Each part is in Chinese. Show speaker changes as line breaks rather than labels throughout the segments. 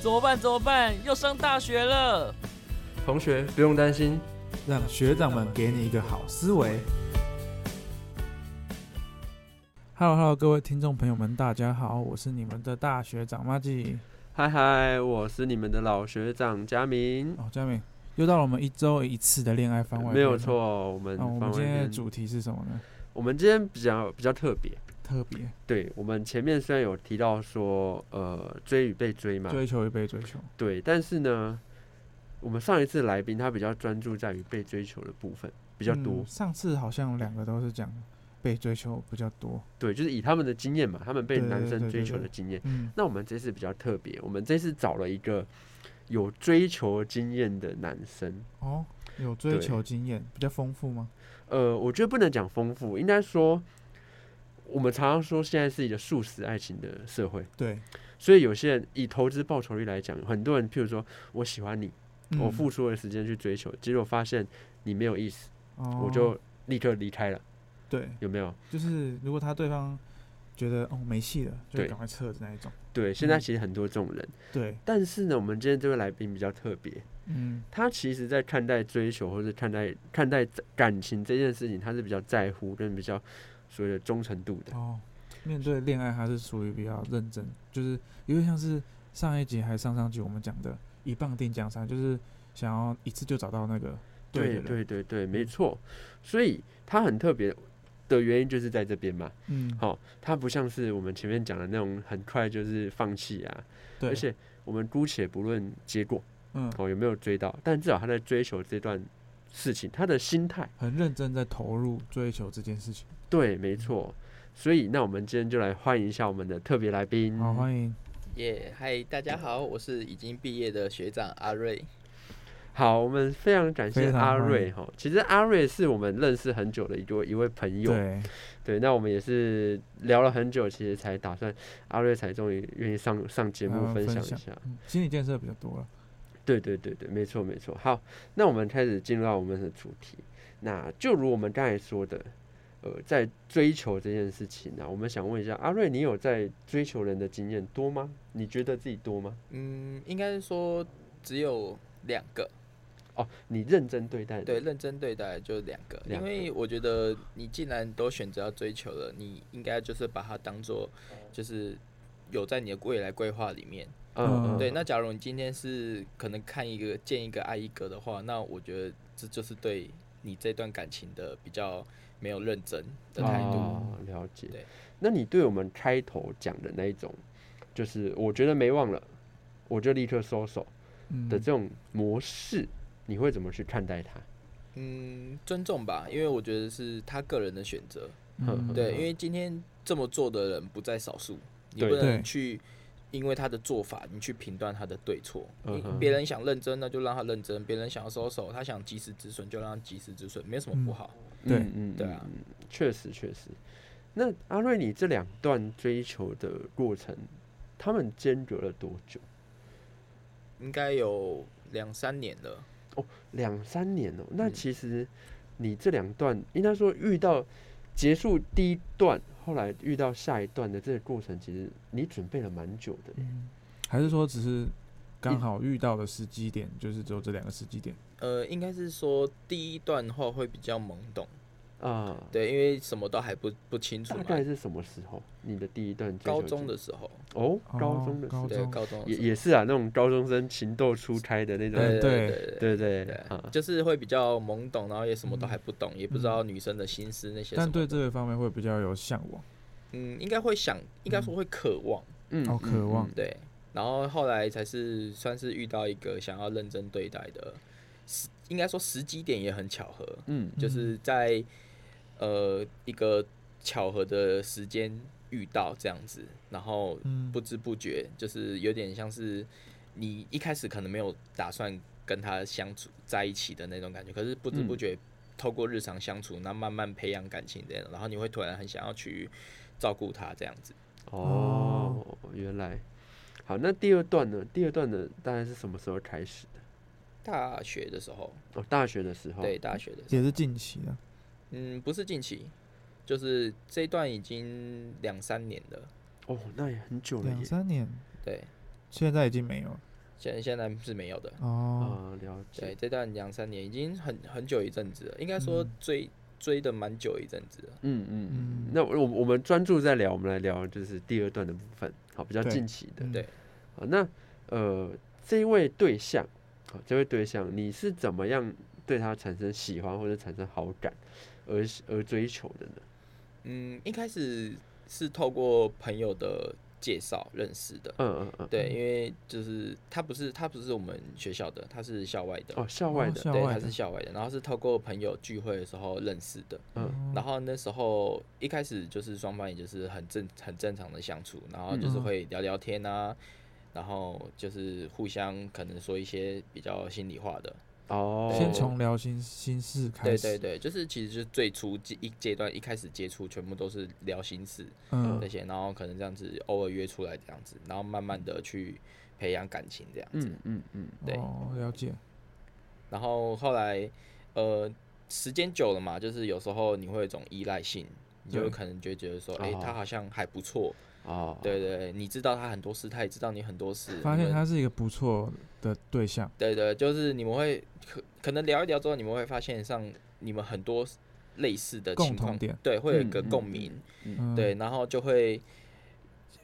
怎么办？怎么办？要上大学了！
同学不用担心，
让学长们给你一个好思维。Hello Hello，各位听众朋友们，大家好，我是你们的大学长马季。
嗨嗨，我是你们的老学长佳明，
哦，佳明，又到了我们一周一次的恋爱番外，
没有。错，我们
那、
访
我们
问
今天的
篇
主题是什么呢？
我们今天比较比较特别，
特别
对我们前面虽然有提到说呃追与被追嘛，
追求与被追求，
对，但是呢，我们上一次来宾他比较专注在于被追求的部分比
比
较多，
嗯上次好像两个都是讲被追求比较多。
对，就是以他们的经验嘛，他们被
对对
男
对
生
对
追
对
求
对
的经验。
嗯，
那我们这次比较特别，我们这次找了一个有追求经验的男生。
哦，有追
对
求经验比较丰富吗？
呃，我觉得不能讲丰富，应该说，我们常常说现在是一个素食爱情的社会，
对，
所以有些人以投资报酬率来讲，很多人譬如说我喜欢你，我
嗯
付出了时间去追求，结果发现你没有意思，
哦
我就立刻离开了，
对，
有没有？
就是如果他对方觉得哦没戏了，就
对
赶快撤的那一种。
对，现在
嗯
其实很多这种人，
对，
但是呢，我们今天这位来宾比较特别，
嗯，
他其实在看待追求或者看待看待感情这件事情，他是比较在乎跟比较所谓的忠诚度的。
哦，面对恋爱，他是属于比较认真，就是有点像是上一集还上上集我们讲的“一棒定江山”，就是想要一次就找到那个
对
对的嗯人。
对对对，没错。所以他很特别的原因就是在这边嘛。
嗯，
好、他不像是我们前面讲的那种很快就是放弃啊，
对，
而且我们姑且不论结果
嗯，
哦有没有追到，但至少他在追求这段事情，他的心态
很认真在投入追求这件事情。
对，没
嗯
错。所以那我们今天就来欢迎一下我们的特别来宾。
好，欢迎。
耶，嗨，大家好，我是已经毕业的学长阿瑞。
好，我们非常感谢
非常
阿
欢迎
瑞哈。哦其实阿瑞是我们认识很久的一个一位朋友，
对，
对，那我们也是聊了很久，其实才打算阿瑞才终于愿意上上节目
嗯
分
分
享一
享
下。
嗯心理建设比较多了。
对对对对，没错没错。好，那我们开始进入到我们的主题。那就如我们刚才说的，呃，在追求这件事情啊呢、我们想问一下阿瑞，你有在追求人的经验多吗？你觉得自己多吗？
嗯，应该是说只有两个，
哦，你认真对待的
对，认真对待就两个，
两
因
个
为我觉得你既然都选择要追求了，你应该就是把它当做就是有在你的未来规划里面。
嗯嗯，
对，那假如你今天是可能看一个见一个爱一个的话，那我觉得这就是对你这段感情的比较没有认真的态度。
哦，了解
对。
那你对我们开头讲的那一种，就是我觉得没忘了，我就立刻收手
嗯，
的这种模式，你会怎么去看待它？
嗯，尊重吧，因为我觉得是他个人的选择。
嗯
对，因
嗯
为今天这么做的人不在少数，你
对
不
对
能去因为他的做法，你去评断他的对错。
嗯
你
哼
别人想认真，那就让他认真；别人想要收手，他想及时止损，就让他及时止损，没有什么不
嗯
好。
对
嗯嗯，
对啊
嗯，嗯确实确实。那阿瑞，你这两段追求的过程，他们间隔了多久？
应该有两三年了。
两三年哦、那
嗯
其实你这两段，应该说遇到结束第一段，后来遇到下一段的这个过程，其实你准备了蛮久的耶。
嗯还是说只是刚好遇到的时机点，就是只有这两个时机点。
呃，应该是说第一段话会比较懵懂，
啊，
对，因为什么都还不不清楚
大
嘛。
概是什么时候？你的第一段追
高
求
中
经
的时候，
哦，高
哦
中的时
高
候
对，
中
高中的
也
时候
也是啊，那种高中生情窦初开的那种，
嗯
对
对
对
对对
对
啊，
就是会比较懵懂，然后也什么都
嗯
还不懂，也不知道女生的心思那些什
但
么。
对这个方面会比较有向往。
嗯，应该会想，应该说会渴望，
嗯
好渴望
嗯嗯
对。然后后来才是算是遇到一个想要认真对待的，时应该说时机点也很巧合，
嗯，
就是在呃一个巧合的时间遇到这样子，然后
嗯
不知不觉就是有点像是你一开始可能没有打算跟他相处在一起的那种感觉，可是不知不
嗯
觉透过日常相处，那慢慢培养感情这样，然后你会突然很想要去照顾他这样子。
哦，原来好。那第二段呢？第二段呢，大概是什么时候开始的？
大学的时候，
哦，大学的时候。
对，大学的时候，
也是近期啊的。
嗯，不是近期，就是这一段已经两三年了，
哦，那也很久了
两
耶。
三年，
对。
现在已经没有了。
现在现在是没有的。
哦，
啊、了
对，
解，
这段两三年已经很很久一阵子了，应该说
嗯
追、追的蛮久一阵子了。
嗯嗯嗯
嗯。
那我我们专注在聊，我们来聊就是第二段的部分，好，比较
对
近期的。
嗯
对
好，那呃，这一位对象，好，这位对象，你是怎么样对他产生喜欢或者产生好感，而而追求的呢？
嗯，一开始是透过朋友的介绍认识的。
嗯嗯嗯，
对，因为就是他不是他不是我们学校的，他是校外的，
哦，校外
哦
的，
校
对，
外
他
的
是校外的，然后是透过朋友聚会的时候认识的。
嗯
哦
然后那时候一开始就是双方也就是很正很正常的相处，然后
嗯
就是
嗯
会聊聊天啊，然后就是互相可能说一些比较心里话的，
哦，
先从聊心心事开
对
始，
对对，就是其实就是最初阶一阶段一开始接触全部都是聊心事
嗯
那些，然后可能这样子偶尔约出来这样子，然后慢慢的去培养感情这样子，
嗯嗯嗯，
对
哦，了解，
然后后来呃时间久了嘛，就是有时候你会有一种依赖性，你就
对
会可能就会觉得说，哎、
哦
他好像还不错。
哦，
对对，你知道他很多事，他也知道你很多事。
发
你
现
们
他是一个不错的对象，
对对，就是你们会可可能聊一聊之后，你们会发现上你们很多类似的
共
情
同
况
点，
对，会有一个
嗯嗯
共
嗯
鸣，
嗯，
对，，然后就会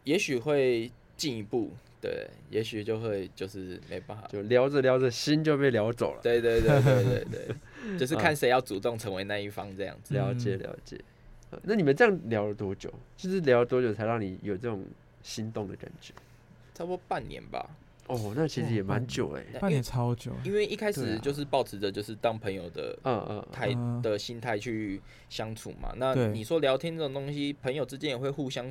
也许会进一步，对，也许就会就是没办法。
就聊着聊着心就被聊走了。
对对对对对 对，
嗯
就是看谁要主动成为那一方这样子。
了解
嗯
了解、呃那你们这样聊了多久？就是聊了多久才让你有这种心动的感觉？
差不多半年吧，
哦，那其实也蛮久哎、
对
半
因
年
为
超久，
因为一开
对
始
啊
就是保持着就是当朋友的
嗯嗯嗯，
态
嗯
的心态去相处嘛。那
对
你说聊天这种东西，朋友之间也会互相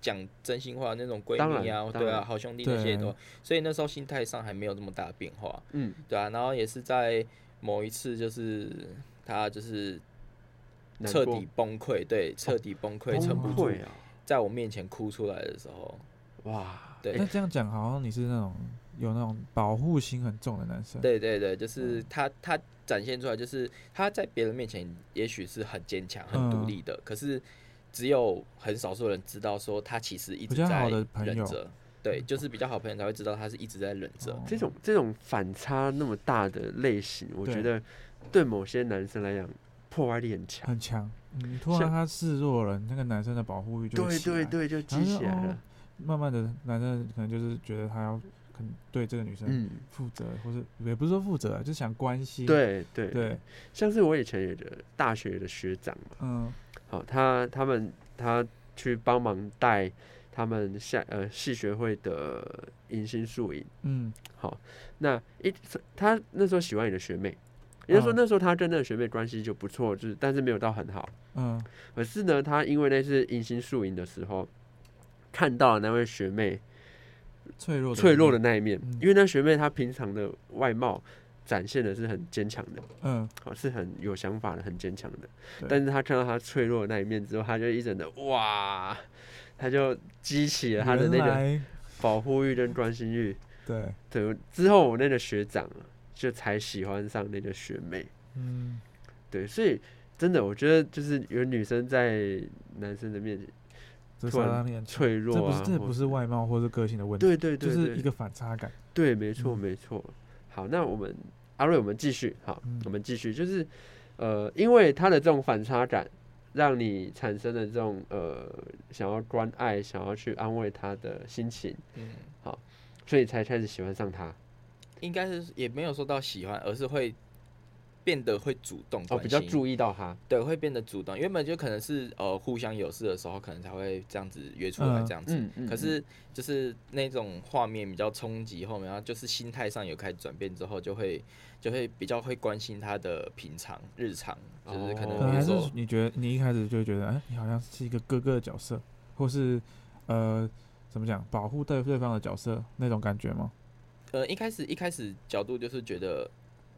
讲真心话，那种闺
当
蜜啊
然，当
对啊，
然
好兄弟那些也
对
都。所以那时候心态上还没有这么大的变化，
嗯
对啊。然后也是在某一次，就是他就是
难
彻
过
底崩溃，对，彻底崩溃，
崩
撑不住，
溃啊！
在我面前哭出来的时候，
哇，
对
那这样讲好像你是那种有那种保护心很重的男生，
对对对，就是他他展现出来，就是他在别人面前也许是很坚强、很独
嗯
立的，可是只有很少数人知道说他其实一直
比较
在
好的朋
忍
友
着。对，就是比较好朋友才会知道他是一直在忍着。
哦
这种这种反差那么大的类型，我
对
觉得对某些男生来讲破坏力很强。
很强，嗯，突然
像
他示弱了，那个男生的保护欲就会
对
起来
对，对，就激起来了。
慢慢的男生可能就是觉得他要可能对这个女生
嗯，
负责，或是也不是说负责啊，就想关心，
对对
对，，
像是我以前有个大学的学长嘛，
嗯，
好、他他们他去帮忙带他们下呃系学会的迎新宿营。
嗯，
好，那一他那时候喜欢你的学妹，也就是说
嗯
那时候他跟那个学妹关系就不错，就是但是没有到很好。
嗯，
可是呢，他因为那次迎新宿营的时候，看到了那位学妹
脆弱
脆弱
一
的
面，
那一面，
嗯
因为那学妹她平常的外貌展现的是很坚强的，
嗯，
好哦是很有想法的，很坚强的。
对
但是她看到她脆弱的那一面之后，她就一整的哇，她就激起了她的那
原
个
来
保护欲跟关心欲。
对，
对，之后我那个学长啊，就才喜欢上那个学妹。
嗯，
对，所以真的，我觉得就是有女生在男生的面前
这
突
是
然
让你很强
脆弱
这不
啊，
是这
或
不是外貌或是个性的问题，
对对对
就
对，
是一个反差感，
对，没错
嗯
没错。好，那我们阿瑞，我们继续，好，
嗯
我们继续，就是呃，因为他的这种反差感，让你产生了这种呃想要关爱、想要去安慰他的心情，
嗯，
所以才开始喜欢上他。
应该是也没有说到喜欢，而是会变得会主动
哦，
关
比较
心
注意到他。
对，会变得主动。原本就可能是呃互相有事的时候，可能才会这样子约出来
嗯
这样子。
嗯嗯
可是就是那种画面比较冲击后面，然后就是心态上有开始转变之后，就会就会比较会关心他的平常日常，就是可能
哦
可能
比
还
如
是
说
你觉得你一开始就会觉得，哎、你好像是一个哥哥的角色，或是呃，怎么讲，保护对对方的角色那种感觉吗？
呃一开始一开始角度就是觉得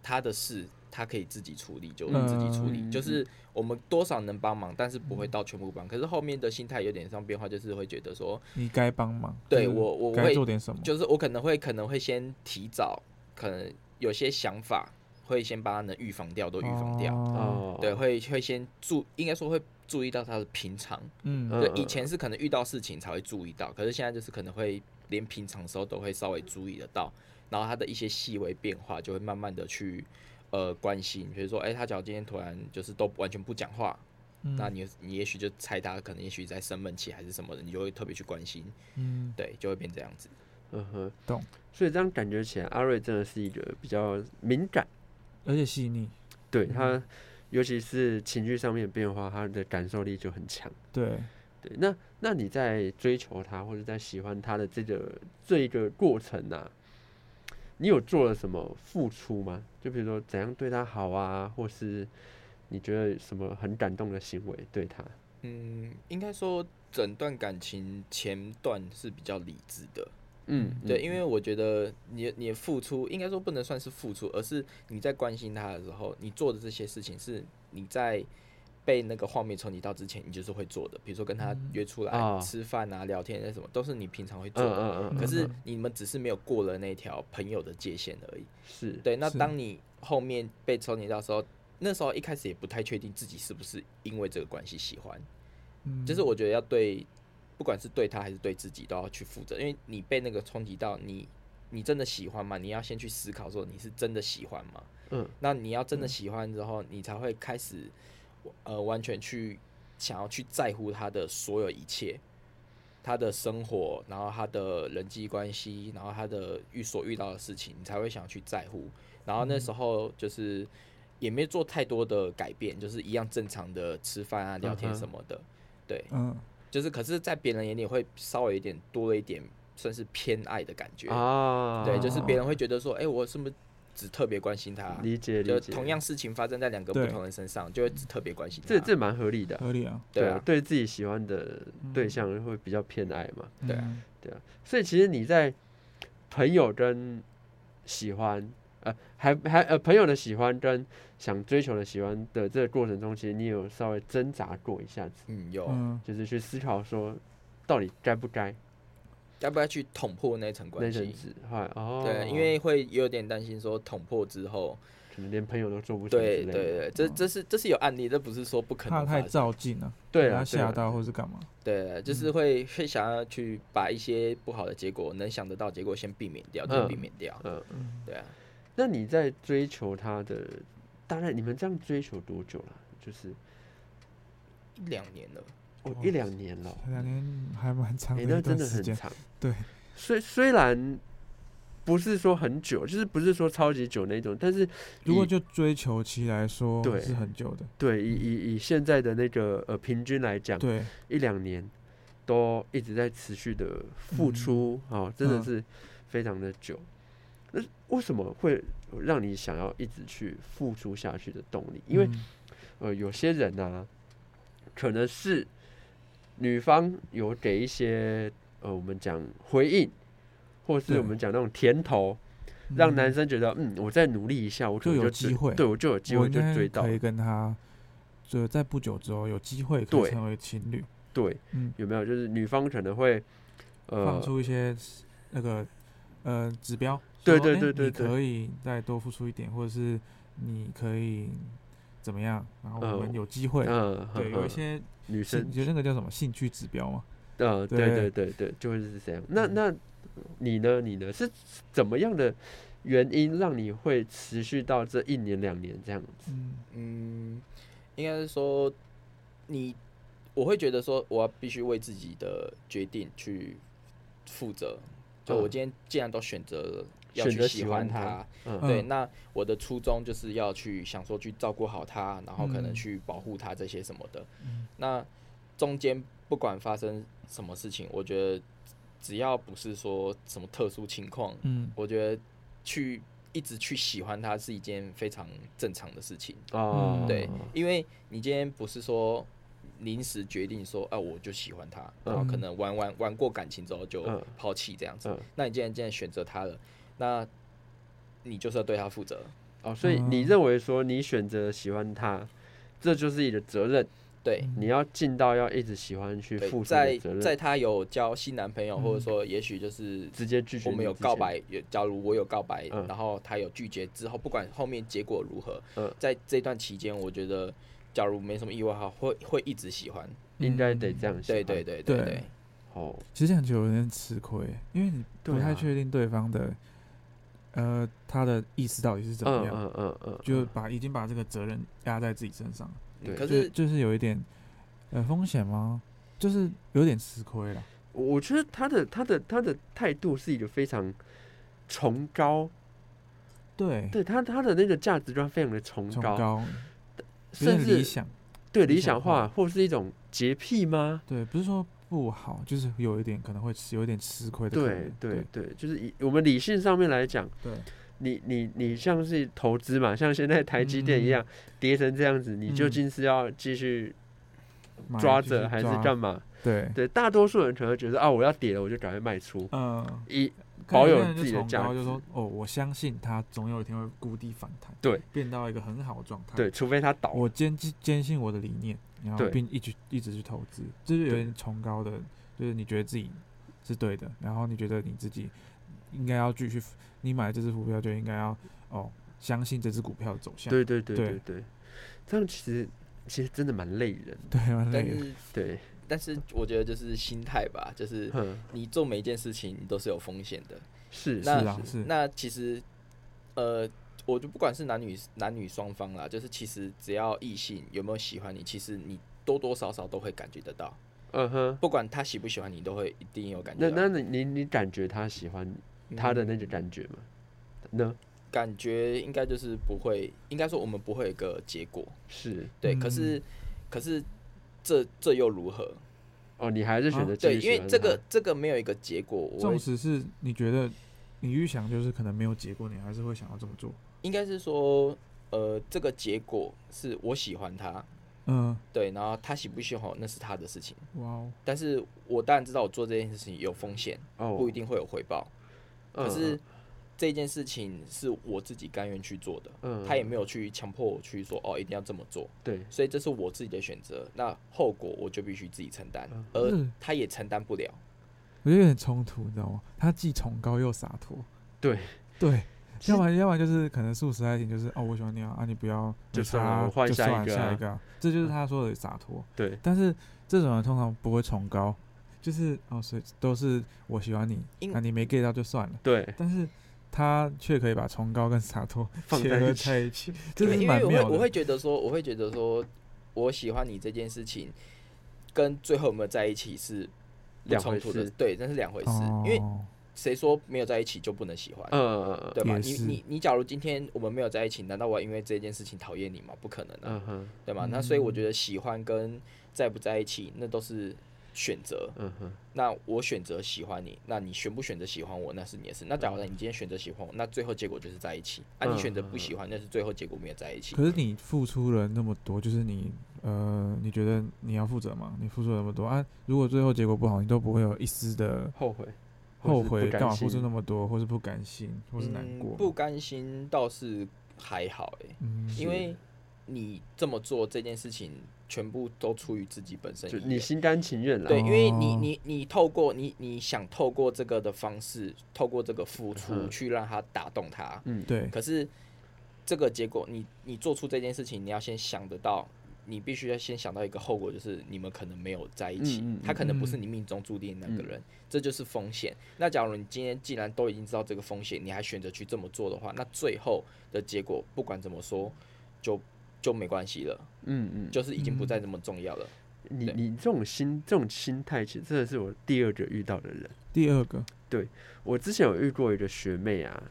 他的事他可以自己处理，就
嗯
自己处理，
嗯
就
嗯
是我们多少能帮忙，但是不会到全部帮。可是后面的心态有点上变化，就是会觉得说，
你该帮忙，
对
就是
我我
该
会
做点什么，
就是我可能会可能会先提早，可能有些想法会先把它能预防掉都预防掉，
哦，
哦，
对，会会先注，应该说会注意到他的平常。
嗯，
嗯
对，以前是可能遇到事情才会注意到，可是现在就是可能会连平常时候都会稍微注意得到，然后他的一些细微变化就会慢慢的去呃关心，比如说，哎、他假如今天突然就是都完全不讲话，
嗯
那你你也许就猜他可能也许在生闷气还是什么的，你就会特别去关心，
嗯，
对，就会变这样子。
嗯哼，
懂。
所以这样感觉起来，阿瑞真的是一个比较敏感，
而且细腻，
对
嗯
他，尤其是情绪上面的变化，他的感受力就很强。
对，
对，那那你在追求他或者在喜欢他的这个这一个过程啊，你有做了什么付出吗？就比如说怎样对他好啊，或是你觉得什么很感动的行为对他？
嗯，应该说整段感情前段是比较理智的，
嗯，
对，
嗯
因为我觉得你的你的付出，应该说不能算是付出，而是你在关心他的时候，你做的这些事情是你在被那个画面冲击到之前，你就是会做的，比如说跟他
嗯
约出来、
啊
吃饭啊、聊天啊什么，都是你平常会做
嗯
的。
嗯嗯
可
嗯，
是
嗯
你们只是没有过了那条朋友的界限而已。
是，
对，那
是
当你后面被冲击到的时候，那时候一开始也不太确定自己是不是因为这个关系喜欢，
嗯，
就是我觉得要对，不管是对他还是对自己都要去负责，因为你被那个冲击到，你你真的喜欢吗？你要先去思考说你是真的喜欢吗？
嗯，
那你要真的喜欢之后，你才会开始，呃，完全去想要去在乎他的所有一切，他的生活，然后他的人际关系，然后他的遇所遇到的事情，你才会想去在乎。然后那
嗯
时候就是也没做太多的改变，就是一样正常的吃饭啊、聊天
嗯哼
什么的。对，
嗯，
就是可是，在别人眼里会稍微有点多了一点，算是偏爱的感觉。
啊，
对，就是别人会觉得说，哎、我是不是只特别关心他、
理解
就
理解，
同样事情发生在两个不
对
同人身上，就会只特别关心他。
这这蛮合理的啊，
合理啊，
对
啊
啊，，
对自己喜欢的对
嗯
象会比较偏爱嘛。
对啊
嗯
对啊，所以其实你在朋友跟喜欢，呃，还还呃朋友的喜欢跟想追求的喜欢的这个过程中，其实你有稍微挣扎过一下子，
嗯，有
嗯，
就是去思考说到底该不该
要不要去捅破那层
那
关
阵
系？
子，后来哦，
对，因为会有点担心说捅破之后，
可能连朋友都做不成之
对
类的，嗯
对对，这这是这是有案例，这不是说不可
怕
能
太
发生。
照进了，
对
被
啊，
他
对
吓
啊，
到或是干嘛，
嗯
对，就是会会想要去把一些不好的结果，能想得到结果先避免掉，就
嗯
避免掉。
嗯，
嗯，
对啊，
那你在追求他的，大概你们这样追求多久了？就是
一两年了，
哦
哦，
一两年了，
两年还蛮长
哎、
的
那
一
真
段
的
时
很
间，
长。
对，
虽虽然不是说很久，就是不是说超级久那种，但是
如果
以
就追求期来说，
对
是很久的，
对以以以现在的那个呃平均来讲，
对，
一两年都一直在持续的付
嗯
出，哦，真的
嗯
是非常的久。那为什么会让你想要一直去付出下去的动力？因为、
嗯
呃，有些人呢、可能是女方有给一些呃，我们讲回应，或是
对
我们讲那种甜头，让男
嗯
生觉得嗯，我再努力一下，我可
就
能就
有机
追
会
对我就有机
我
会
应
就
该
追到
可，以跟他，就在不久之后有机会可
对
以成为情侣，
对，
嗯，
有没有？就是女方可能会
放
呃，
出一些那个呃指标，
对
说
对
诶
对对
你
对
可以再多付出一点，或者是你可以怎么样，然后
呃
我们有机会，
嗯，
对，
呵
有
呵
一些
女
兴，
生，
就那个叫什么兴趣指标嘛，
呃，对对
对
对对，就会是这样。那
嗯
那你呢？你呢？是怎么样的原因让你会持续到这一年两年这样子？
嗯
嗯，应该是说你，我会觉得说，我要必须为自己的决定去负责。就我
嗯
今天既然都选择了要
选
去
择
喜
喜
欢
欢
他，
他嗯
对，
嗯
那我的初衷就是要去想说去照顾好他，然后可能
嗯
去保护他这些什么的。
嗯
那中间不管发生什么事情，我觉得只要不是说什么特殊情况，
嗯，
我觉得去一直去喜欢他是一件非常正常的事情。
嗯
哦，
对，因为你今天不是说临时决定说，啊，我就喜欢他，然后可
嗯
能玩玩玩过感情之后就
嗯
抛弃这样子。
嗯，
那你既然既然选择他了，那你就是要对他负责。
哦，所以你
嗯
认为说你选择喜欢他，这就是你的责任，
对，
嗯
你要尽到要一直喜欢去
对，
付出
在
的责任，
在他有交新男朋友，或者
嗯
说也许就是
直接拒绝
我
你
们有
之
告
前，
白，有假如我有告白，
嗯
然后他有拒绝之后，不管后面结果如何，
嗯
在这段期间，我觉得假如没什么意外哈，会会一直喜欢。
应该得
嗯
这样想。
对对对
对
对，
哦，
其实这样就有点吃亏，因为你不
对
太
啊
确定对方的，呃，他的意思到底是怎么
嗯
样，
嗯嗯嗯，
就
嗯
把已经把这个责任压在自己身上，
对
可
就是就是有一点，呃，风险吗？就是有点吃亏了。
我觉得他的他的他的态度是一个非常崇高，
对，
对他他的那个价值观非常的崇
崇
高，
高，有
甚
点理
至
想，
对
理
理
想
想化
化
或是一种洁癖吗？
对，不是说不好，就是有一点可能会吃，有一点吃亏的可能。
对
对
对对，就是以我们理性上面来讲，
对
你你你像是投资嘛，像现在台积电一样、跌成这样子，你究
嗯
竟是要继续
买
抓
就是
着还是
抓
干嘛？
对，
对，大多数人可能觉得啊，我要跌了，我就赶快卖出，
嗯、
一
可能
保有
些人就
自己的
崇
价
高就
值
说哦，我相信他总有一天会谷底反弹，
对，
变到一个很好的状态。
对，，除非它倒，
我坚信坚信我的理念，然后
对
并一直一直去投资，就是有
对
点崇高的，就是你觉得自己是对的，然后你觉得你自己应该要继续，你买这只股票就应该要哦，相信这只股票的走向。
对对对
对
对对，这样其实其实真的蛮累人的，
对，
但
蛮累的。
是
对，
但是我觉得就是心态吧，就是
哼，
你做每一件事情你都是有风险的。
是
是
那
啊，
嗯
是
那其实，呃，我就不管是男女男女双方啦，就是其实只要异性有没有喜欢你，其实你多多少少都会感觉得到，
嗯哼，
不管他喜不喜欢你，都会一定有感觉
那
到。
啊
嗯
那你你你感觉他喜欢
嗯
你他的那个感觉吗？呢
感觉应该就是不会，应该说我们不会有一个结果，
是
对。
嗯
可是，可是这这又如何？
哦，你还是选
啊
择继
对，
续喜
因为
欢
这
他
个这个没有一个结果，我
纵
会
使是你觉得你预想就是可能没有结果，你还是会想要这么做。
应该是说，呃，这个结果是我喜欢他，
嗯，
对，然后他喜不喜欢我那是他的事情，
哇哦，
但是我当然知道我做这件事情有风险，
哦
不一，定会有回报，可是
嗯
这件事情是我自己甘愿去做的，
嗯
他也没有去强迫我去说哦一定要这么做，
对
所以这是我自己的选择，那后果我就必须自己承担
嗯，
而
是
他也承担不了。
我觉得有点冲突，你知道吗？他既崇高又洒脱。
对，
对，
其
要不然要不然就是可能素食爱情就是哦，我喜欢你啊，啊你不要
就
没
算
差
了
啊
我换
就
下一
算了
个
下
啊
一个啊，这就是他说的洒脱。
对
但是这种人通常不会崇高，就是哦，所以都是我喜欢你，
因
那、你没 get 到就算了。
对，
但是他却可以把崇高跟洒脱
放
结
在一
合
起
在一 起，这
对
是
因
蛮
为我会
妙
我
的
会。觉得说，我会觉得说，我喜欢你这件事情，跟最后有没有在一起是不
两
冲
回
突的
事，
对，那是两回事。因为
哦呃
谁说没有在一起就不能喜欢？
嗯
对吧？
也
你
是
你你，假如今天我们没有在一起，难道我要因为这件事情讨厌你吗？不可能啊，
嗯哼
对吗？那所以我
嗯
觉得喜欢跟在不在一起，那都是选择。
嗯哼，
那我选择喜欢你，那你选不选择喜欢我，那是你的事。那假
嗯
如你今天选择喜欢我，那最后结果就是在一起；啊，你
嗯
选择不
嗯
喜欢，那是最后结果没有在一起。
可是你付出了那么多，就是你呃，你觉得你要负责吗？你付出了那么多啊，如果最后结果不好，你都不会有一丝的
后悔或
后
是
悔
不甘
干嘛付出
心
那么多，或是不甘心，或是难过。
嗯。不，甘心倒是还好哎、
嗯，
因为你这么做这件事情，全部都出于自己本身
就
意
你
愿。
心甘情愿啦，
对，因为你
哦
你你透过你你想透过这个的方式，透过这个付出
嗯
去让他打动他，
嗯
对，
可是这个结果，你你做出这件事情，你要先想得到，你必须要先想到一个后果，就是你们可能没有在一起，
嗯嗯嗯
他可能不是
嗯
你命中注定的那个
嗯
人，这就是风险。那假如你今天既然都已经知道这个风险，你还选择去这么做的话，那最后的结果不管怎么说，就就没关系了，
嗯嗯，
就是已经不
嗯
再这么重要了。
你
对
你这种心这种心态，其实真的是我第二个遇到的人。
第二个，
我之前有遇过一个学妹啊，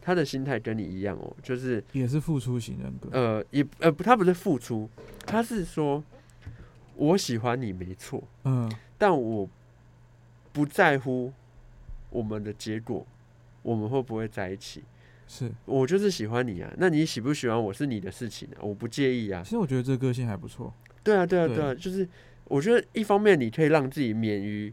她的心态跟你一样哦，就是
也是付出型人格。
呃也呃不，她不是付出，她是说我喜欢你没错，
嗯，
但我不在乎我们的结果，我们会不会在一起。
是。
啊
我就是喜欢你啊，那你喜不喜欢我是你的事情啊，我不介意啊
其。实我觉得这个性还不错。
对啊，对啊，
对
对啊，就是我觉得一方面你可以让自己免于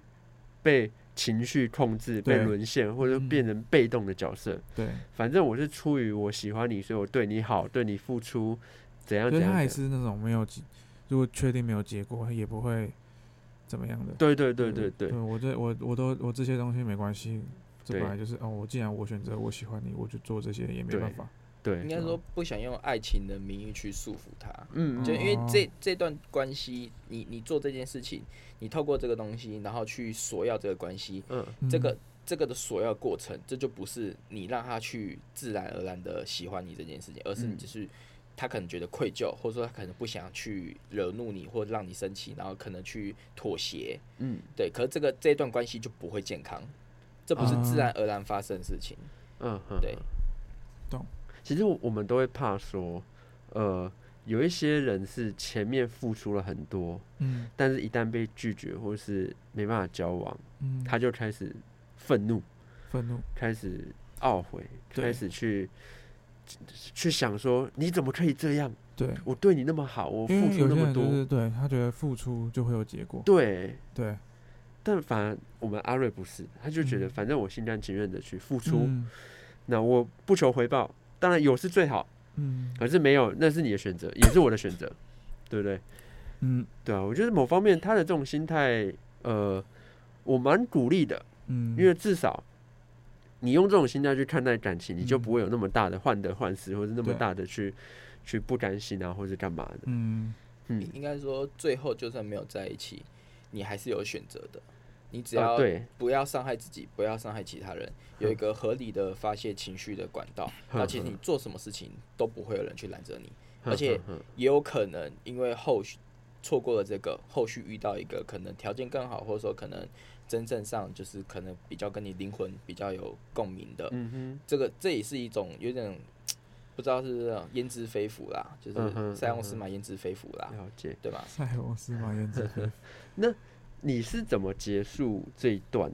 被情绪控制、
对
被沦陷，或者
嗯
变成被动的角色。
对，
反正我是出于我喜欢你，所以我对你好，对你付出，怎样
就
怎
是
样
他
怎
也
样。
是那种没有结，如果确定没有结果，也不会怎么样的。
对对对对对
对，我这我我都我这些东西没关系，这
对
本来就是哦，我既然我选择我喜欢你，我就做这些也没
对
办法。
对，
应该说不想用爱情的名义去束缚他，
嗯，
就
嗯
因为
哦
这这段关系，你你做这件事情，你透过这个东西，然后去索要这个关系，
嗯
嗯
这个这个的索要过程，这就不是你让他去自然而然的喜欢你这件事情，而是你
嗯
就是他可能觉得愧疚，或者说他可能不想去惹怒你或让你生气，然后可能去妥协，
嗯
对，可是这个这段关系就不会健康，这不是自
哦
然而然发生的事情，
嗯，嗯
对。
懂。
其实我我们都会怕说，呃，有一些人是前面付出了很多，
嗯
但是一旦被拒绝或是没办法交往，
嗯，
他就开始愤怒，
愤怒，
开始懊悔，
对
开始去去想说你怎么可以这样？
对，
我对你那么好，我
因
付出
为嗯有
那
些
么
人就
多，
是对他觉得付出就会有结果，
对。
对，
但反而我们阿瑞不是，他就觉得
嗯
反正我心甘情愿的去付出，
嗯
那我不求回报，当然有是最好，
嗯
可是没有，那是你的选择，也是我的选择，对不对？
嗯
对啊，我觉得某方面他的这种心态，呃，我蛮鼓励的，
嗯，
因为至少你用这种心态去看待感情，你就
嗯
不会有那么大的患得患失，或者那么
对
大的去去不甘心啊，或者干嘛的。
嗯
嗯，
应该说最后就算没有在一起，你还是有选择的，你只
哦
要
对，
不要伤害自己，不要伤害其他人，
嗯
有一个合理的发泄情绪的管道。
哼
那其实你做什么事情都不会有人去拦着你，
哼
而且
哼哼
也有可能因为后续错过了这个，后续遇到一个可能条件更好，或者说可能真正上就是可能比较跟你灵魂比较有共鸣的，
嗯哼，
这个这也是一种有点不知道是不是那种焉知非福啦，就
嗯哼
是塞翁失马焉知非福啦，
了解。
对吧？
塞翁失马焉 知非福
你是怎么结束这一段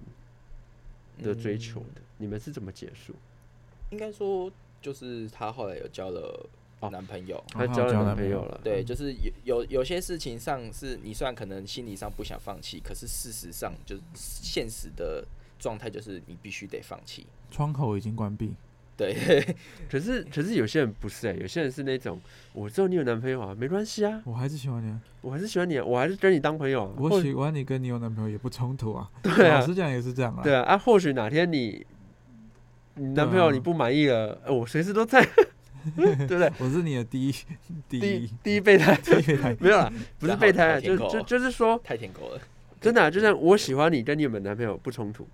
的追求
嗯
的？你们是怎么结束？
应该说就是她后来有交了
哦
男朋友。
哦
她
她
交
有
了
交
男
男
朋
朋
友
友
了，
对，就是有有有些事情上是你虽然可能心理上不想放弃，可是事实上就是现实的状态就是你必须得放弃。
窗口已经关闭，
对，
可是可是有些人不是哎、有些人是那种我知道你有男朋友啊，没关系啊，
我还是喜欢你啊，
我还是喜欢你、啊，我还是跟你当朋友、啊。
我
或
喜欢你跟你有男朋友也不冲突啊，
对啊
老实讲也是这样啦，
对啊啊，或许哪天你你男
啊
朋友你不满意了，呃我随时都在， 对不对？
我是你的第一 第
第一
一
第一备胎
第一备胎，
没有啦，不是备胎啊，
然后好
就就
舔狗
就是说，
太舔狗了。
真的啊、就像我喜欢你，跟你有没有男朋友不冲突。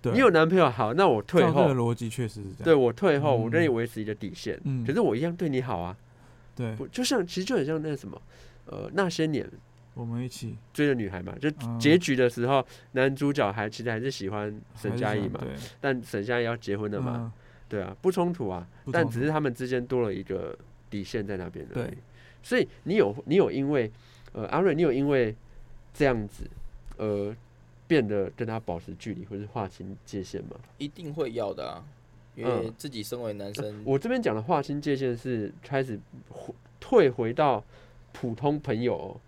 对，
你有男朋友好，那我退
照这
后，
个逻辑确实是这
对
样，
我退后，
嗯
我跟你维持一个底线。
嗯
可是我一样对你好啊，
对
我就像其实就很像那什么，呃，那些年
我们一起
追的女孩嘛，就
嗯
结局的时候，男主角还其实还是喜欢沈
还是
佳
喜
宜
欢
嘛，
对，
但沈佳宜要结婚了嘛，
嗯
对啊，不冲突啊，
不
但
冲
只
突
是他们之间多了一个底线在那边而已
对。
所以你有你有因为呃阿瑞，你有因为这样子呃变得跟他保持距离或是划清界限吗？
一定会要的啊，因为
嗯
自己身为男生，
我这边讲的划清界限是开始回退回到普通朋友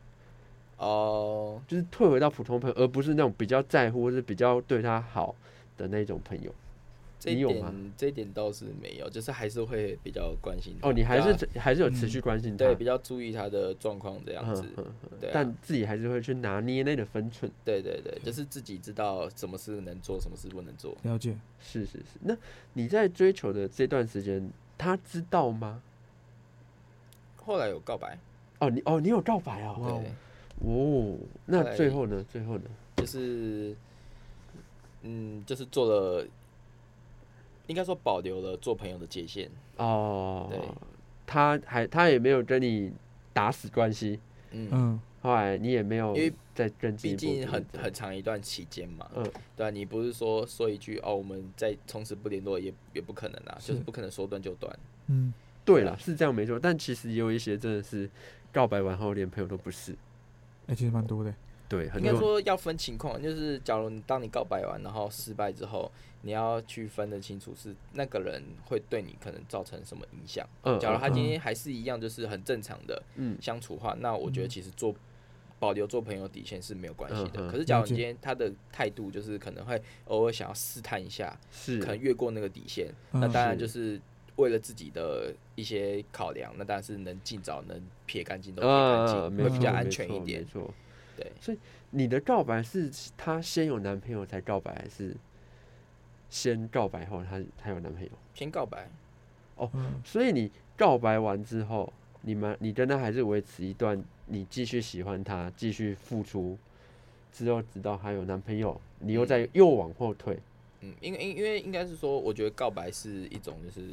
哦、
哦、
就是退回到普通朋友，而不是那种比较在乎或是比较对他好的那种朋友。
这一
你有
点
吗
这一点倒是没有，就是还是会比较关心他
哦，你还是、
对啊
还是有持续
嗯
关心他，
对比较注意他的状况这样子，
嗯嗯嗯
对、啊，
但自己还是会去拿捏那个分寸。
对对对，就是自己知道什么事能做，什么事不能做。
了解，
是是是，那你在追求的这段时间，他知道吗？
后来有告白，
哦，你哦，你有告白哦，
哇哦
对，
哦，那
对
最后呢？最后呢？
就是，嗯，就是做了，应该说保留了做朋友的界限。对
哦，他还他也没有跟你打死关系，
嗯，
嗯
后来你也没有
因为
再更进
毕
一步
竟
的
很
这样
很长一段期间嘛，
嗯
对啊，你不是说说一句哦，我们再从此不联络也也不可能啊，就是
是
不可能说断就断。
嗯，
对
对
了，
啊
是这样没错，但其实也有一些真的是告白完后连朋友都不是，
哎，其实蛮多的，
对，很
应该
多
说要分情况，就是假如你当你告白完然后失败之后，你要去分得清楚是那个人会对你可能造成什么影响。
嗯，
假如他
嗯
今天还是一样，就是很正常的
嗯
相处话，那我觉得其实做保留做朋友底线是没有关系
嗯嗯
的。可是，假如
了
你
解
今天他的态度就是可能会偶尔想要试探一下，
是
可能越过那个底线，
嗯
那当然就是为了自己的一些考量，那当然是能尽早能撇干净都撇干
啊，
净，
没
会
错
比较
没
安全
错
一点
没。错，
对，
你的告白是她先有男朋友才告白，还是先告白后她才有男朋友？
先告白，
嗯，
所以你告白完之后，你们你跟他还是维持一段，你继续喜欢他，继续付出，之后直到他有男朋友，你又再又往后退。
嗯，因因因为应该是说，我觉得告白是一种，就是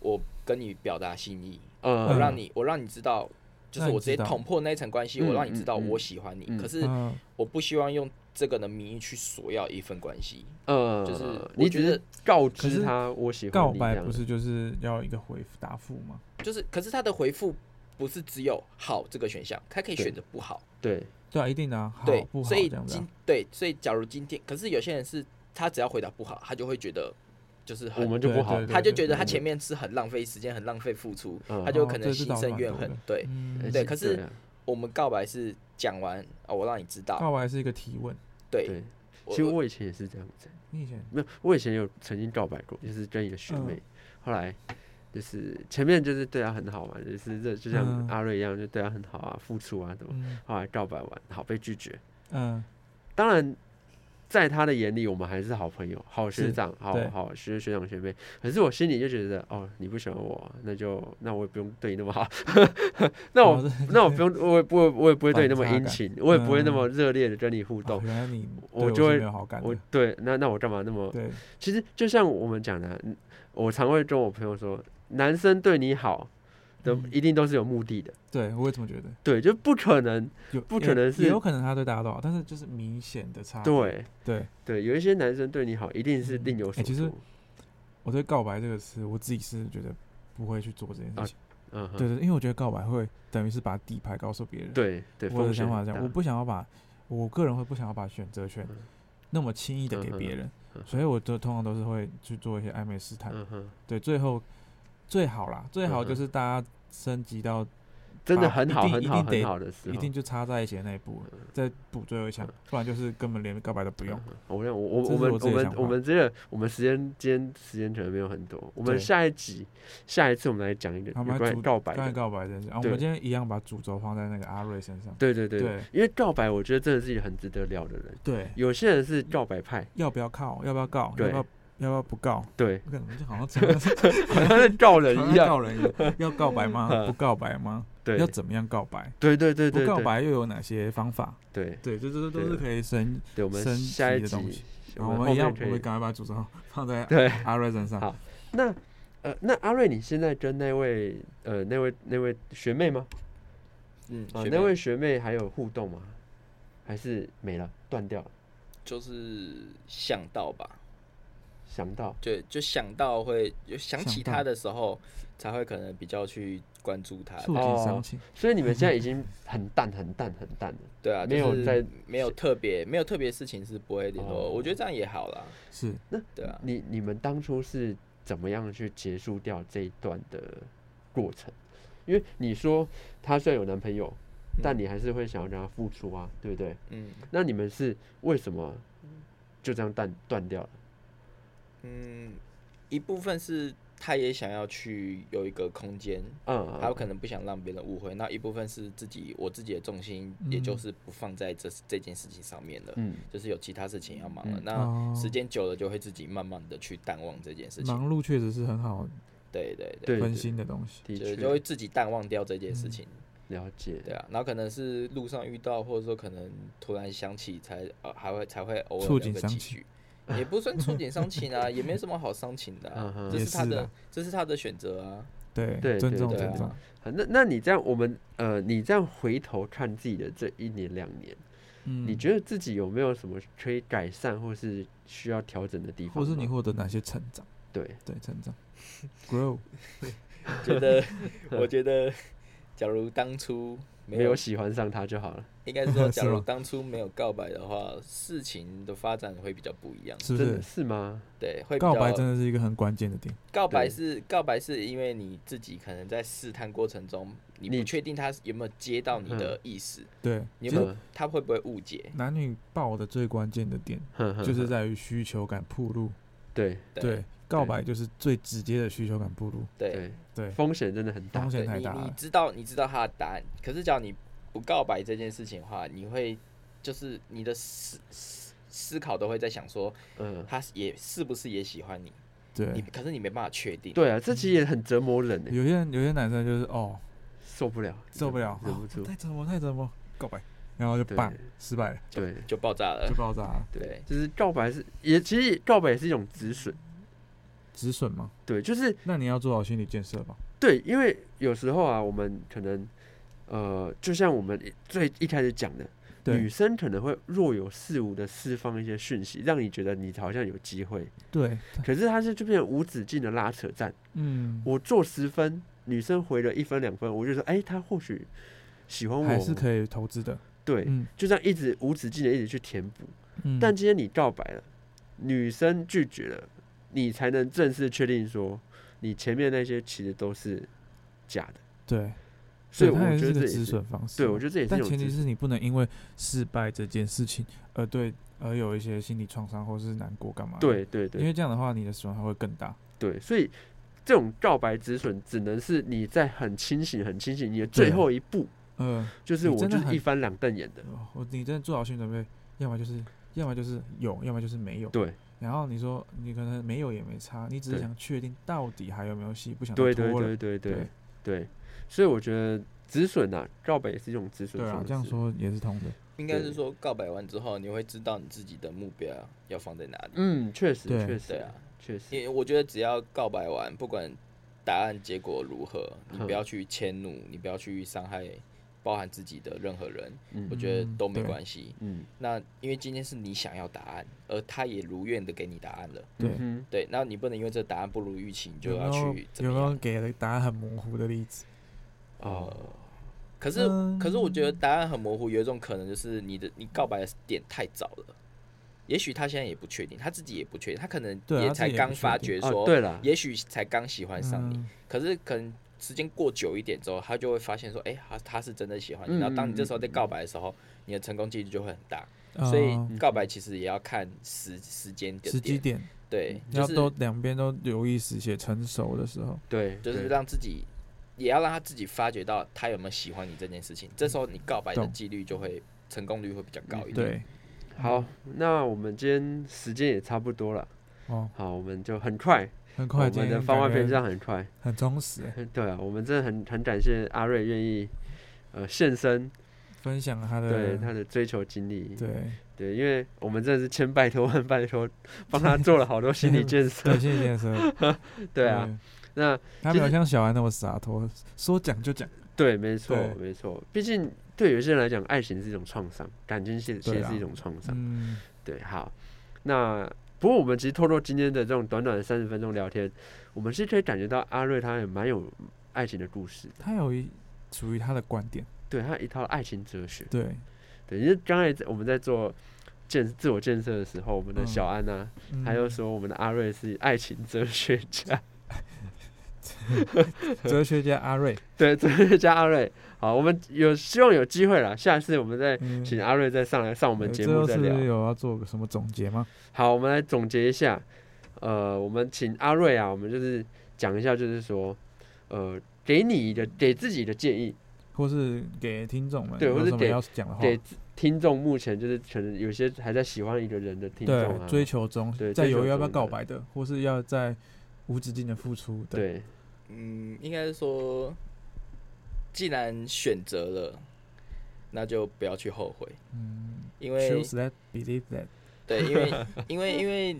我跟你表达心意，
呃，
我让你我让你知道，就是我直接
让你知道
捅破那一层关系，
嗯
我让你知道
嗯嗯
我喜欢你。
嗯
可是
嗯
我不希望用这个的名义去索要一份关系。
呃，
就是我
你
觉
只是
得
告
嗯可
知
是
他我喜欢
告
你这
白
样
不是就是要一个回复答复吗？
就是，可是他的回复不是只有好这个选项，他可以
对
选择不好。
对，
对啊，一定的啊，好
对
不，好
所
这
以
样子啊
今。对，所以假如今天，可是有些人是他只要回答不好，他就会觉得就是
我
很。
们就
对
不好
对。
他就觉得
对
他
对
前面是很浪费时间、很浪费付出，
嗯
他就
哦
可
对
能
这
心
倒是
生
蛮
怨
多
恨
的。
对，
呃
嗯，
对
是
可是
对啊
我们告白是讲完哦，我让你知道，
告白是一个提问。
对，
对，
我
其实我以前也是这样子，
你以前
没有，我以前有曾经告白过，就是跟一个
嗯
学妹，后来。就是前面就是对她很好嘛，就是这就像
嗯
阿瑞一样，就对她很好啊，付出啊什么。
嗯
后来告白完，好被拒绝。
嗯
当然，在他的眼里，我们还是好朋友、好学
是
长、好
对
好学学长学妹。可是我心里就觉得，哦，你不喜欢我，那就那我也不用对你那么好， 那我、
哦这
那我不用，我也不会，我也不会对你那么
反差
殷
感
勤，我也不会那
嗯
么热烈的跟你互动。
哦原来你
我
对
就
我
会
是没有好感
我
的。
对，那那我干嘛那么？
对，
其实就像我们讲的啊，嗯我常会跟我朋友说，男生对你好的
嗯
一定都是有目的的，
对我也这么觉得。
对，就不可能
有
不
也
可能是
也有可能他对大家都好，但是就是明显的差。
对。
对，
对，有一些男生对你好，一定是另有
嗯
所
哎其实
图。
我对告白这个词，我自己是觉得不会去做这件事
啊
情。
嗯哼，
对对，因为我觉得告白会等于是把底牌告诉别人。，
对对，
我
风
的
险
想法
很
是这
大
样，我不想要把，我个人会不想要把选择权
嗯
那么轻易的给
嗯哼
别人
嗯，哼
所以我都通常都是会去做一些暧昧试探。
嗯哼，
对，最后最好啦，最
嗯
好
哼
就是大家升级到
真的
把
很
一
好
定
很
一
好
定
很
得
好的时候，
一定就插在一起的那一步，再补最后一枪
嗯，
不然就是根本连告白都不用
嗯。哼。我跟你讲我我我
这是
们
我自
我
己的
们
想
我
法
们这个我们时间今天时间可能没有很多，我们
对
下一集下一次我们来讲一个
好，我
有
们来
关于
主
告白
刚才
的。
告白这件事啊，我
对
们今天一样把主轴放在那个阿瑞身上。
对对对，对
对
因为告白我觉得真的是一个很值得聊的人。
对，
有些人是告白派，
要不要靠？要不要告？
对
要不要要不要不告？
对，
我感觉就好像讲
好像在告人
好
一
像
样。嗯
告人一 样，要告白吗？不告白吗？
对
要怎么样告白？
对对对
不
对
告
对
白又有哪些方法？
对
对，这这都
对
是可以深
对，我们
深级
下一
的东
集
西。然后我
后
们一
面
样，
可
我
以
们赶快把主轴放在
对。
阿瑞身上。
好那呃，那阿瑞，你现在跟那位呃那位那位学妹吗？
嗯，
啊、
学
那
妹
位学妹还有互动吗？还是没了，断掉了？
就是想到吧，
想不到，
对，就想到会就想起
想到
他的时候，才会可能比较去关注他。
触景伤情，
所以你们现在 已经很淡、很淡、很淡了。
对啊，就
没有
是
在
没有特别没有特别事情是不会联络，
哦
我觉得这样也好啦。
是
对啊，
你你们当初是怎么样去结束掉这一段的过程？因为你说她虽然有男朋友，但
嗯
你还是会想要跟她付出啊，对不对？
嗯
那你们是为什么就这样断断掉了？
嗯，一部分是他也想要去有一个空间，
嗯，
他有可能不想让别人误会，那一部分是自己我自己的重心，
嗯
也就是不放在这这件事情上面了，
嗯，
就是有其他事情要忙了
嗯。
那
哦
时间久了就会自己慢慢的去淡忘这件事情，
忙碌确实是很好
对对对，
对，
分心的东西。
对
就
的
就会
确
自己淡忘掉这件事
嗯
情，
了解。
对啊，然后可能是路上遇到，或者说可能突然想起才呃还会才会偶尔
触
聊
景
个
伤
几
情
句，也不算触景伤情啊，也没什么好伤情的
嗯
啊、
哼
这
也
是他
是
的
啦
这是他的选择啊，
对
对，
尊重
对
对
尊重
啊。，
好那那你这样，我们呃，你这样回头看自己的这一年两年，
嗯
你觉得自己有没有什么可以改善或是需要调整的地方
或
吗？
是你获得哪些成长？
对，
对，成 长，grow，
觉 得我觉得，假如当初没
没有
有，
喜欢上他就好了，
应该是说，
是
假如
吗
当初没有告白的话，事情的发展会比较不一样，
是不
真的
是？
是吗？
对，会比
告白
较
真的是一个很关键的点。
告白
对
是告白，是因为你自己可能在试探过程中，你
你
不确定他有没有接到你的意思，
对，
你有
其
没
实
有他会不会误解？
男女抱的最关键的点
哼哼
就是
哼
在于需求感铺路。
对
对
对，告白就是最直接的需求感铺路。
对
对，
对，
风险真的很大
风，险太
你
大
你
了。
知道你知道他的答案，可是假如你不告白这件事情的话，你会就是你的思思思考都会在想说，
嗯，
他也是不是也喜欢你？你
对，
可是你没办法确定。
对啊，这其实也很折磨人欸，
有些人有些男生就是哦
受不了，
嗯受不了，
忍
哦
不住，
太折磨太折磨，告白，然后就
对
办失败了，
对
就爆炸了
就。爆炸了，
对
对，
就是告白是也其实告白也是一种止损，
止损嘛。
对，就是
那你要做好心理建设吧。
对，因为有时候啊，我们可能呃，就像我们最一开始讲的，女
对
生可能会若有似无的释放一些讯息，让你觉得你好像有机会，
对，
可是它是就变成无止境的拉扯战。
嗯，
我做十分，女生回了一分两分，我就说，哎、她或许喜欢我，
还是可以投资的。
对，
嗯
就这样一直无止境的一直去填补。
嗯，
但今天你告白了，女生拒绝了，你才能正式确定说你前面那些其实都是假的。
对，
所以
对它
我
也
觉
是
得
个
这也
止
是
损，方式。
对我觉得这也是一
但
种
前提
止
是
损
你不能因为失败这件事情而对而有一些心理创伤或是难过干嘛的。
对对对
因为这样的话你的损害会更大。
对，所以这种告白止损只能是你在很清醒、很清醒，你的最后一步
呃，
就是
你
我
真
就
的
是
很
一翻两瞪眼的。
哦我你真的做好心理准备，要么就是要么就是有，要么就是没有。
对
然后你说你可能没有也没差，你只是
对
想确定到底还有没有戏，不想再
对对
拖了。
对对对
对
对，所以我觉得止损啊，告白也是一种止损
对
方
啊，
式。
这样说也是通的。
应该
对
是说告白完之后，你会知道你自己的目标要放在哪里。
嗯，确实
对
确实
对啊，
确实
因为我觉得只要告白完，不管答案结果如何，你
哼
不要去迁怒，你不要去伤害包含自己的任何人，
嗯
我觉得
嗯
都没
对
关系。
嗯
那因为今天是你想要答案，而他也如愿的给你答案了。
对
嗯哼
对，那你不能因为这答案不如预期，你就
有
要
没有
去怎
有
么
没
样？
有给的答案很模糊的例子？
哦，
可是，
嗯
可是我觉得答案很模糊，有一种可能就是你的你告白的点太早了。也许他现在也不确定，他自己也不确定，他可能
对啊
也
他自
才
己也
刚
不确
发
定
觉说，
哦对了，
也许才刚喜欢上你，
嗯
可是可能时间过久一点之后，他就会发现说，哎、他他是真的喜欢你。
嗯
然后当你
嗯
这时候在
嗯
告白的时候，你的成功几率就会很大。所以嗯
呃
告白其实也要看时时间的
时机
点，
点嗯
对，
要
就是
都两边都留意时且成熟的时候，
对，
就是
对
让自己，也要让他自己发觉到他有没有喜欢你这件事情。这时候你告白的
懂
几率就会成功率会比较高一点。
对，
好，
嗯
那我们今天时间也差不多了，
哦，
好，我们就很快，
很快
我
今
们的
天
番外
感觉
篇这样很快，
很充实欸，
对啊，我们真的很很感谢阿瑞愿意呃现身，
分享了他的
对他的追求经历，
嗯对
对，因为我们真的是千拜托万拜托，帮他做了好多心理建设
对，心理建设，
对
嗯
啊，，那
他没有像小安那么洒脱，说讲就讲，
对，没错
对
没错，毕竟对有些人来讲，爱情是一种创伤，感情是
对
也
啊
是一种创伤，
嗯，
对，好，那不过我们其实透过今天的这种短短的三十分钟聊天，我们是可以感觉到阿瑞他也蛮有爱情的故事，
他有一属于他的观点，
对他有一套爱情哲学。
对，
对，因为刚才在我们在做建自我建设的时候，我们的
嗯
小安啊，
嗯
他又说我们的阿瑞是爱情哲学家，
哲学家 阿瑞，
对，哲学家阿瑞。好，我们有希望有机会啦，下次我们再
嗯
请阿瑞再上来上啊我们
呃
节
最
目
后
再
是不
聊
是。有要做个什么总结吗？
好，我们来总结一下。呃，我们请阿瑞啊，我们就是讲一下，就是说，呃，给你的给自己的建议，
或是给听众们
对或
有
是
什么
给
要讲的话，
给听众目前就是可能有些还在喜欢一个人的听众啊，
对，追求中
对，
在
追
犹
求
豫要不要
中
告
的
白的，或是要在无止境的付出的，
对
嗯，应该是说，既然选择了，那就不要去后悔，
嗯
因为
，choose that, believe that，
对，因为因为因为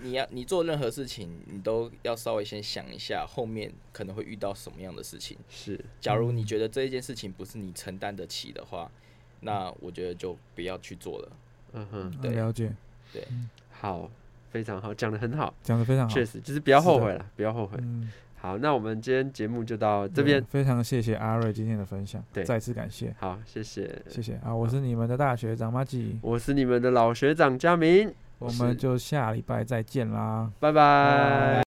你要你做任何事情，你都要稍微先想一下后面可能会遇到什么样的事情。
是
假如你觉得这一件事情不是你承担得起的话，那我觉得就不要去做了。
嗯哼，
嗯
对
了解，
好，非常好，讲的很好，
讲的非常好
确，实就是不要
是的
后悔了，不要后悔。
嗯，
好，那我们今天节目就到这
对
边，
非常谢谢阿瑞今天的分享，
对
再次感谢，
好，谢谢，
谢谢啊，我是你们的大学长马吉，
我是你们的老学长佳明，
我
是
们就下礼拜再见啦。
拜
拜
拜。